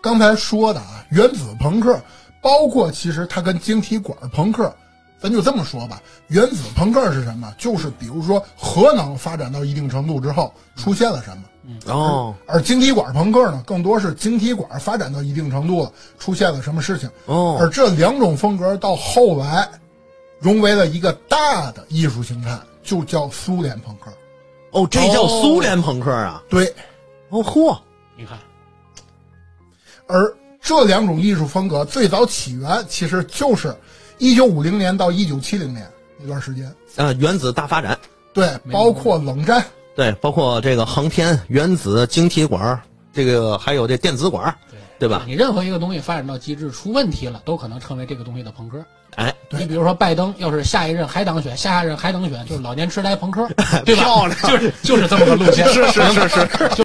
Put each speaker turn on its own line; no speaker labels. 刚才说的啊，原子朋克，包括其实它跟晶体管朋克，咱就这么说吧，原子朋克是什么？就是比如说核能发展到一定程度之后出现了什么。
哦
而晶体管朋克呢，更多是晶体管发展到一定程度了，出现了什么事情？而
哦，
这两种风格到后来融为了一个大的艺术形态，就叫苏联朋克。
哦，这叫苏联朋克啊！
对，
哦嚯，
你看，
而这两种艺术风格最早起源其实就是一九五零年到一九七零年那段时间，
啊，原子大发展，
对，包括冷战，
对，包括这个航天、原子、晶体管，这个还有这电子管，
对
对吧？
你任何一个东西发展到极致出问题了，都可能成为这个东西的朋克。
哎，
对
你比如说拜登，要是下一任还当选，下下任还当选，就是老年痴呆朋克，对吧？
漂亮
就是就是这么个路线。
是是是。